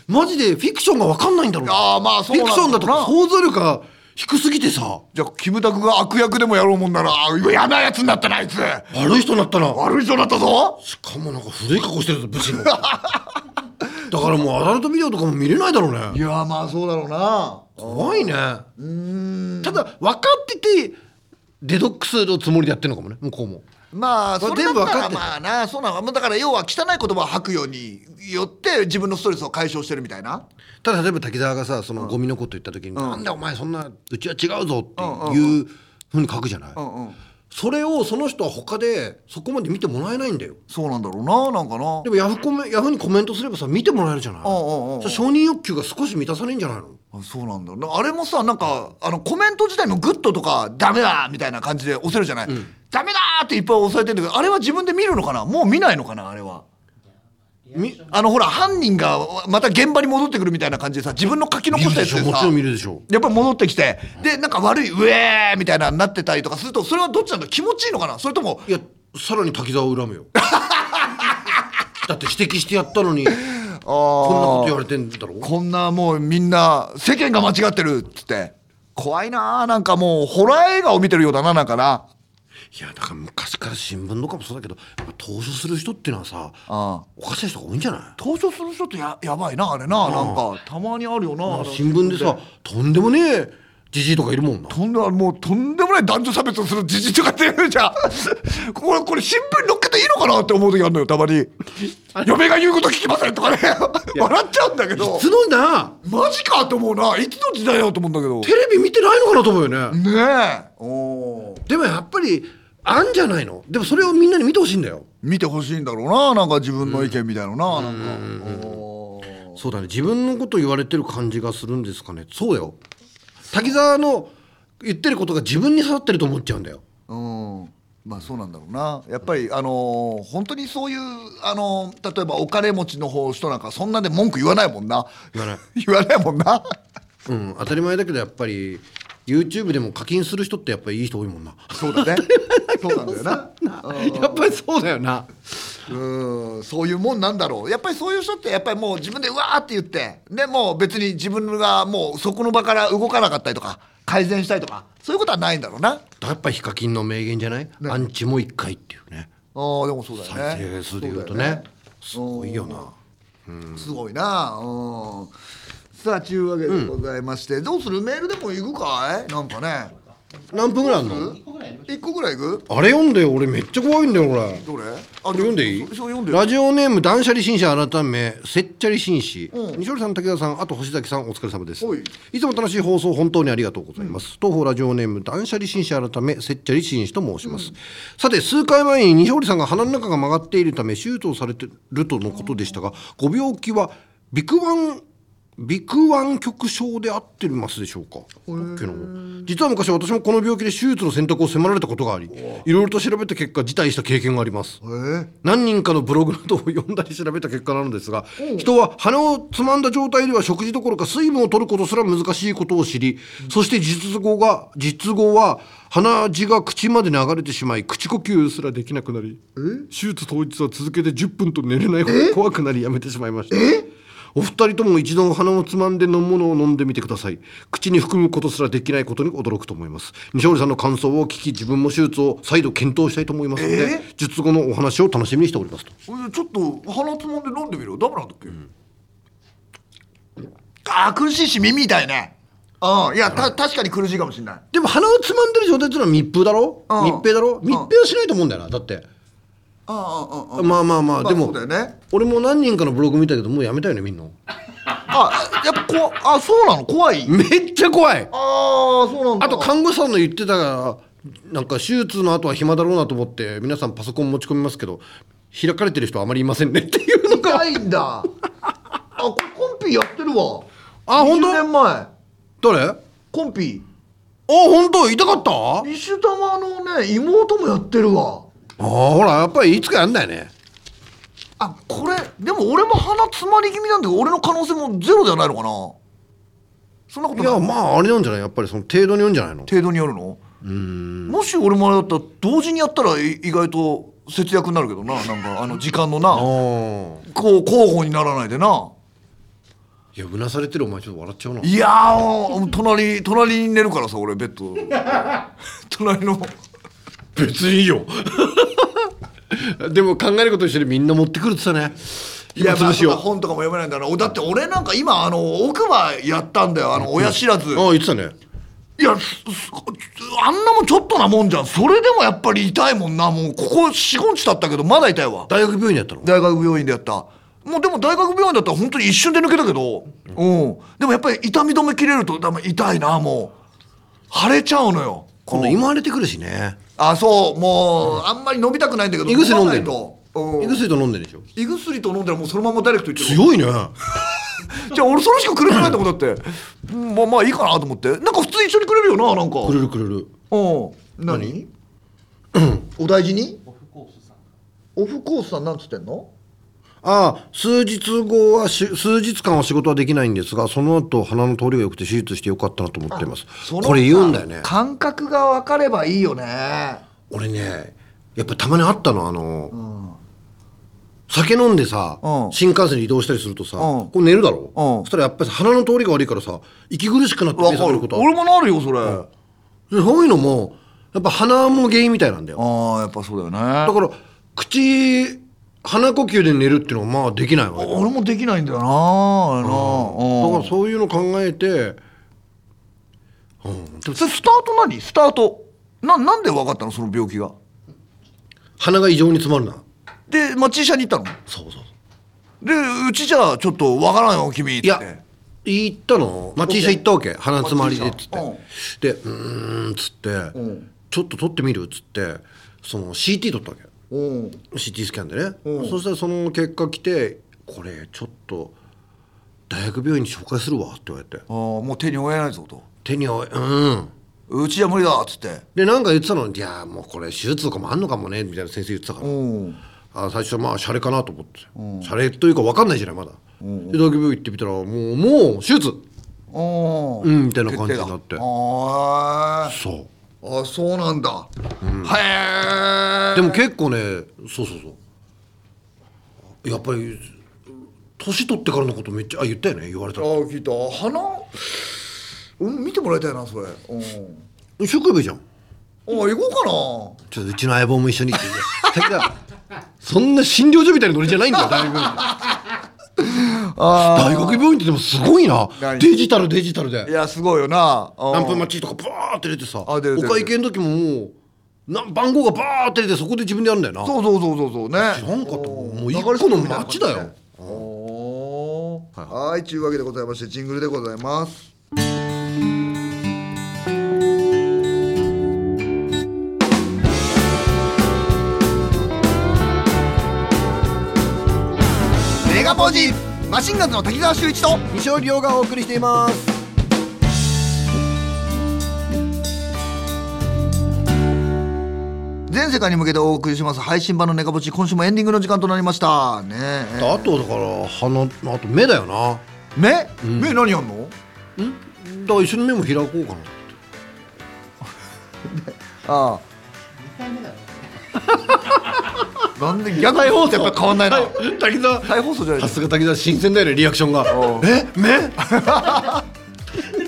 Speaker 2: マジでフィクションが分かんないんだろう
Speaker 1: あーまあそうなんだ
Speaker 2: フィクションだと
Speaker 1: な
Speaker 2: 想像力が低すぎてさ
Speaker 1: じゃあキムタクが悪役でもやろうもんならあ今やなやつになったなあいつ
Speaker 2: 悪い人になったな
Speaker 1: 悪い人になったぞ
Speaker 2: しかもなんか古い格好してるぞ武士の だからもうアダルトビデオとかも見れないだろう
Speaker 1: い
Speaker 2: ね
Speaker 1: やまあそうだろうな
Speaker 2: 怖いねただ分かっててデドックスのつもりでやってるのかもね向こうも
Speaker 1: まあ
Speaker 2: こ
Speaker 1: そ
Speaker 2: れ
Speaker 1: れだった
Speaker 2: 全部わからってる
Speaker 1: まあなそうなのまあだから要は汚い言葉を吐くようによって自分のストレスを解消してるみたいな
Speaker 2: ただ例えば滝沢がさそのゴミのこと言った時に「なんだお前そんなうちは違うぞ」っていうふうに書くじゃない、
Speaker 1: んうん
Speaker 2: それをその人は他でそこまで見てもらえないんだよ
Speaker 1: そうなんだろうななんかな
Speaker 2: でもヤフコメヤフにコメントすればさ見てもらえるじゃない
Speaker 1: んうんうん
Speaker 2: そしたら承認欲求が少し満たされんじゃないの
Speaker 1: あそうなんだなあれもさなんかあのコメント自体のグッドとかダメだみたいな感じで押せるじゃない、ダメだーっていっぱい押されてるんだけどあれは自分で見るのかなもう見ないのかなあれは
Speaker 2: み
Speaker 1: あのほら犯人がまた現場に戻ってくるみたいな感じでさ自分の書き
Speaker 2: 見
Speaker 1: 残
Speaker 2: る
Speaker 1: した
Speaker 2: で
Speaker 1: やつ
Speaker 2: しょ
Speaker 1: で
Speaker 2: もち
Speaker 1: さ
Speaker 2: ろん見るでしょ
Speaker 1: やっぱり戻ってきてでなんか悪い「うえー!」みたいなのになってたりとかするとそれはどっちなんだ気持ちいいのかなそれとも
Speaker 2: いやさらに滝沢を恨 むよだって指摘してやったのにこんなこと言われてんだろ
Speaker 1: こんなもうみんな世間が間違ってるっつって怖いなーなんかもうホラー映画を見てるようだななんかない
Speaker 2: やだから昔から新聞とかもそうだけどやっぱ投書する人っていうのはさ
Speaker 1: あ
Speaker 2: おかしい人が多いんじゃない
Speaker 1: 投書する人ってややばいなあれななんかたまにあるよな
Speaker 2: 新聞でさとんでもねえじじいとかいるもんな
Speaker 1: とんでもうとんでもない男女差別をするじじとかって言うじゃん これこれ新聞に乗っけていいのかなって思う時あるのよたまに嫁が言うこと聞きませんとかね笑っちゃうんだけど
Speaker 2: すごいな
Speaker 1: マジかと思うないつの時代だよと思うんだけど
Speaker 2: テレビ見てないのかなと思うよね
Speaker 1: ねえおー
Speaker 2: でもやっぱりあんじゃないのでもそれをみんなに見てほしいんだよ
Speaker 1: 見てほしいんだろうななんか自分の意見みたいのななんかおー
Speaker 2: そうだね自分のこと言われてる感じがするんですかねそうよ滝沢の言ってることが自分に刺さってると思っちゃうんだよ
Speaker 1: うんまあそうなんだろうなやっぱりあのー本当にそういうあのー例えばお金持ちの方人なんかそんなで文句言わないもんな
Speaker 2: 言わない
Speaker 1: 言わないもんな
Speaker 2: うん当たり前だけどやっぱり YouTube でも課金する人ってやっぱりいい人多いもんな
Speaker 1: そうだね。 そうなんだよな。
Speaker 2: やっぱりそうだよな
Speaker 1: うーん、そういうもんなんだろう。やっぱりそういう人って、やっぱりもう自分でうわーって言って、でもう別に自分がもうそこの場から動かなかったりとか、改善したりとか、そういうことはないんだろうな。
Speaker 2: やっぱヒカキンの名言じゃない、アンチも一回っていうね
Speaker 1: あーでもそうだよね。
Speaker 2: 再生数で言うとねすごいよな
Speaker 1: すごいな。うん。さあ、ちゅうわけでございまして、どうするメールでも行くかいなんかね。
Speaker 2: 何分ぐらいあんの
Speaker 3: 一個ぐらいやりまし
Speaker 1: 一個ぐらい行く
Speaker 2: あれ読んでよ俺めっちゃ怖いんだよこれ
Speaker 1: どれあ、
Speaker 2: これ読んでい
Speaker 1: そ
Speaker 2: い
Speaker 1: うそう読んでよ
Speaker 2: ラジオネーム断捨離紳士改めせっちゃり紳士、西堀さん滝沢さんあと星崎さんお疲れ様です
Speaker 1: おい
Speaker 2: いつも楽しい放送本当にありがとうございます、東方ラジオネーム断捨離紳士改めせっちゃり紳士と申します、さて数回前に西堀さんが鼻の中が曲がっているため手術をされてるとのことでしたがご病気はビクワンビクワン局症で合ってますでしょうかだっけな実は昔私もこの病気で手術の選択を迫られたことがありいろいろと調べた結果辞退した経験があります
Speaker 1: えー
Speaker 2: 何人かのブログなどを読んだり調べた結果なのですが人は鼻をつまんだ状態では食事どころか水分を取ることすら難しいことを知りそして術後が術後は鼻血が口まで流れてしまい口呼吸すらできなくなり手術当日は続けて10分と寝れないほど怖くなりやめてしまいましたお二人とも一度鼻をつまんで飲むものを飲んでみてください口に含むことすらできないことに驚くと思います西堀さんの感想を聞き自分も手術を再度検討したいと思いますので、術後のお話を楽しみにしておりますと
Speaker 1: これでちょっと鼻つまんで飲んでみろダメなんだっけ、あー苦しいし耳痛いねうんいやた確かに苦しいかもしれない
Speaker 2: でも鼻をつまんでる状態っていうのは密封だろ、
Speaker 1: うん
Speaker 2: 密閉だろ
Speaker 1: うん
Speaker 2: 密閉はしないと思うんだよなだって、
Speaker 1: あああ
Speaker 2: まあまあまあでも、
Speaker 1: そうだよね
Speaker 2: 俺も何人かのブログ見たけどもうやめたよねみんな
Speaker 1: あやっぱこあそうなの怖い
Speaker 2: めっちゃ怖い
Speaker 1: ああそうなんだ
Speaker 2: あと看護師さんの言ってたがなんか手術の後は暇だろうなと思って皆さんパソコン持ち込みますけど開かれてる人はあまりいませんねっていうの が
Speaker 1: 痛いんだあこれコンピやってるわ
Speaker 2: あ本当
Speaker 1: 20年前
Speaker 2: 誰あ
Speaker 1: コンピ
Speaker 2: 本当痛かったあ
Speaker 1: ビシュタマのね妹もやってるわ
Speaker 2: ーほらやっぱりいつかやんだよね
Speaker 1: あこれでも俺も鼻詰まり気味なんだけど俺の可能性もゼロではないのかなそんなこと
Speaker 2: い
Speaker 1: ない
Speaker 2: やまああれなんじゃないやっぱりその程度によるんじゃないの
Speaker 1: 程度によるのもし俺もあれだったら同時にやったらい意外と節約になるけどななんかあの時間のな
Speaker 2: ああ
Speaker 1: こう交互にならないでない
Speaker 2: やうなされてるお前ちょっと笑っちゃうない
Speaker 1: やーお隣隣に寝るからさ俺ベッ ド隣の
Speaker 2: 別にいいよ でも考えること一緒にみんな持ってくるって言ってたね
Speaker 1: いや
Speaker 2: 今
Speaker 1: ま
Speaker 2: 潰
Speaker 1: あ
Speaker 2: し
Speaker 1: そんな
Speaker 2: よ
Speaker 1: 本とかも読めないんだなおだって俺なんか今あの奥歯やったんだよあの親知らず、
Speaker 2: うああ言ってたね
Speaker 1: いやすすあんなもんちょっとなもんじゃんそれでもやっぱり痛いもんなもうここ45日経ったけどまだ痛いわ
Speaker 2: 大学病院でやったの
Speaker 1: 大学病院でやったもうでも大学病院だったら本当に一瞬で抜けたけどうん、でもやっぱり痛み止め切れると多分痛いなもう腫れちゃうのよ
Speaker 2: 今度今荒れてくるしね
Speaker 1: あそうもう、あんまり飲みたくないんだけど
Speaker 2: 胃薬飲ん
Speaker 1: 飲まな
Speaker 2: で
Speaker 1: い
Speaker 2: んの
Speaker 1: と、うん
Speaker 2: 胃薬と飲んでるでしょ
Speaker 1: 胃薬と飲んだらもうそのままダイレクトいっちゃ
Speaker 2: 強いね
Speaker 1: うじゃあ俺それしかくれてないと思だってうんまあまあいいかなと思ってなんか普通一緒にくれるよななんか
Speaker 2: くれるくれる
Speaker 1: うん何お大事に
Speaker 3: オフコースさん
Speaker 1: オフコースさんなんつってんの
Speaker 2: ああ数日後はし数日間は仕事はできないんですがその後鼻の通りが良くて手術してよかったなと思っています
Speaker 1: その
Speaker 2: これ言うんだよね
Speaker 1: 感覚が分かればいいよね
Speaker 2: 俺ねやっぱたまにあったのあの、酒飲んでさ、
Speaker 1: うん
Speaker 2: 新幹線に移動したりするとさ、
Speaker 1: うん
Speaker 2: こう寝るだろ、
Speaker 1: うん
Speaker 2: そしたらやっぱり鼻の通りが悪いからさ息苦しくなって目覚めることあ
Speaker 1: 俺
Speaker 2: る
Speaker 1: もなるよそれ、あ
Speaker 2: でそういうのもやっぱ鼻も原因みたいなんだよ
Speaker 1: あやっぱそうだよね
Speaker 2: だから口鼻呼吸で寝るっていうのはまあできないわけだ
Speaker 1: 俺もできないんだよなあれなうん
Speaker 2: からそういうの考えて
Speaker 1: それスタート何スタートななんで分かったのその病気が
Speaker 2: 鼻が異常に詰まるな
Speaker 1: で町医者に行ったの
Speaker 2: そうそう
Speaker 1: でうちじゃあちょっと分からんよ君っ
Speaker 2: い
Speaker 1: て
Speaker 2: や行ったの町医者行ったわけ鼻詰まりでっつって、
Speaker 1: うん
Speaker 2: でうーんっつって、
Speaker 1: ん
Speaker 2: ちょっと撮ってみるっつってその CT 撮ったわけ
Speaker 1: うん、
Speaker 2: CT スキャンでね、
Speaker 1: うん
Speaker 2: そしたらその結果来てこれちょっと大学病院に紹介するわって言われて
Speaker 1: ああもう手に負えないぞと
Speaker 2: 手に負えうん
Speaker 1: うちじゃ無理だっつって
Speaker 2: でなんか言ってたのに「いやもうこれ手術とかもあんのかもね」みたいな先生言ってたから、
Speaker 1: ん
Speaker 2: あ最初はまあシャレかなと思って、シャレというか分かんないじゃないまだ、で大学病院行ってみたらもうもう手術
Speaker 1: あ
Speaker 2: うんみたいな感じになって
Speaker 1: あ
Speaker 2: そう
Speaker 1: ーあそうなんだ、へえ
Speaker 2: でも結構ねそうそうそうやっぱり年取ってからのことめっちゃあ言ったよね言われた
Speaker 1: あ
Speaker 2: ら
Speaker 1: ー聞いた鼻うん見てもらいたいなそれうん
Speaker 2: 職部じゃん
Speaker 1: あー行こう
Speaker 2: ちょっとうちの相棒も一緒に って言ってだけどそんな診療所みたいなノリじゃないんだよ大学病院
Speaker 1: かなあ
Speaker 2: 大学病院ってでもすごいな
Speaker 1: 何
Speaker 2: デジタルデジタル
Speaker 1: い
Speaker 2: で
Speaker 1: やすごいよなうん
Speaker 2: 何分待ちとかバーって出てさお
Speaker 1: あ出る出る
Speaker 2: 会計の時ももう何番号がバーって出てそこで自分でやるんだよな
Speaker 1: そうそうそうそうそうね
Speaker 2: なんかともう
Speaker 1: 流
Speaker 2: 一
Speaker 1: れ
Speaker 2: 個
Speaker 1: 作
Speaker 2: の
Speaker 1: るみたいな
Speaker 2: 街だよ
Speaker 1: おーはいというわけでございましてジングルでございますメガポジマシンガンズの滝沢秀一と
Speaker 2: 西尾亮がお送りしています
Speaker 1: 全世界に向けてお送りします配信版のネガポジ今週もエンディングの時間となりましたねえ
Speaker 2: あとだから鼻あと目だよな
Speaker 1: 目、目何やんの
Speaker 2: だから一緒に目も開こうかな
Speaker 1: あ
Speaker 3: 2回目だね
Speaker 1: あなんで逆にやっぱ変わんないな
Speaker 2: 滝沢
Speaker 1: 再放送じゃない
Speaker 2: さすが滝沢新鮮だよねリアクションが
Speaker 1: うん
Speaker 2: え目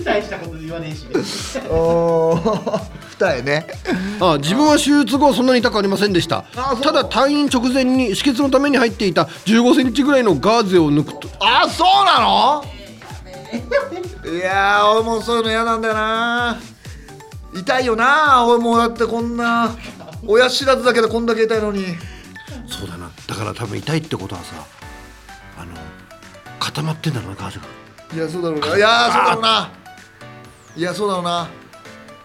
Speaker 3: 大したこと言わねえし別に
Speaker 1: おー二重ね
Speaker 2: あ自分は手術後はそんなに痛くありませんでした
Speaker 1: あそう
Speaker 2: ただ退院直前に止血のために入っていた1 5センチぐらいのガーゼを抜くと
Speaker 1: あそうなのいやー俺もそういうの嫌なんだよな痛いよな俺もうだってこんな親知らずだけでこんだけ痛いのに
Speaker 2: そうだなだから多分痛いってことはさあの固まってんだろうな彼女が
Speaker 1: いやそうだろうないやーそうだろうないやそうだろうな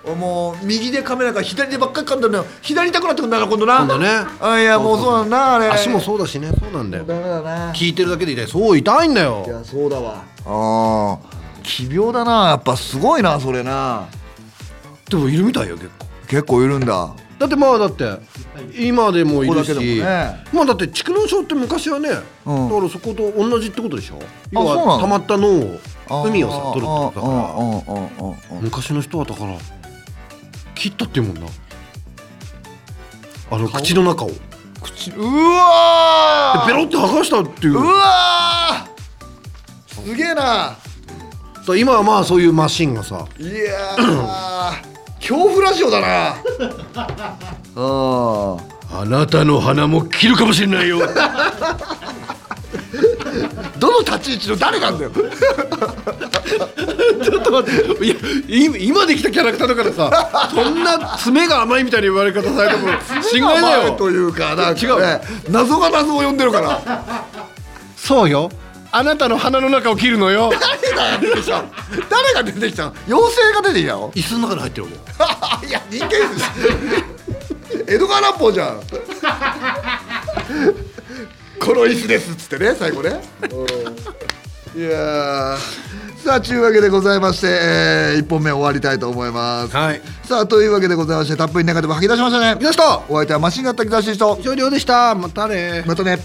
Speaker 1: 俺もう右で噛めないから左でばっかり噛んでるのよ左痛くなってくんだな今度な
Speaker 2: 今度ね
Speaker 1: あいやもうそうなんだなあれ
Speaker 2: 足もそうだしねそうなんだよ
Speaker 1: ダメだな
Speaker 2: 聞いてるだけで痛いそう痛いんだ
Speaker 1: い
Speaker 2: よ
Speaker 1: やそうだわあー奇病だなやっぱすごいなそれな
Speaker 2: でもいるみたいよ結構
Speaker 1: 結構いるんだ
Speaker 2: だってまあだって今でもいるし
Speaker 1: ここだけでもね
Speaker 2: まあだって蓄膿症って昔はね、
Speaker 1: うん
Speaker 2: だからそこと同じってことでしょ要
Speaker 1: そうなの
Speaker 2: は溜まった脳を海をさ取るってことだから
Speaker 1: から
Speaker 2: 昔の人はだから切ったっていうもんなあの口の中をで
Speaker 1: 口うわー
Speaker 2: ペロって剥がしたっていう
Speaker 1: うわーすげえな
Speaker 2: そう今はまあそういうマシンがさ
Speaker 1: いやー恐怖ラジオだな あー
Speaker 2: あなたの鼻も切るかもしれないよ
Speaker 1: どの立ち位置の誰 なんだよ
Speaker 2: ちょっと待っていや今今できたキャラクターだからさそんな爪が甘いみたいな言われ方されても心外だよ
Speaker 1: というかなんか、
Speaker 2: 違う
Speaker 1: ね、謎が謎を呼んでるから
Speaker 2: そうよあなたの鼻の中を切る のよ
Speaker 1: 誰が出てきたの誰が出てきたの妖精が出てきたの
Speaker 2: 椅子の中に入ってるもん
Speaker 1: いや人間です江戸川乱歩じゃんこの椅子ですっつってね最後ねいやーさあというわけでございまして、え1本目終わりたいと思います、
Speaker 2: はい
Speaker 1: さあというわけでございましてたっぷり中でも吐き出しましたね
Speaker 2: よしと
Speaker 1: お相手はマシンガン滝沢慎人
Speaker 2: 終了でしたまたね
Speaker 1: またね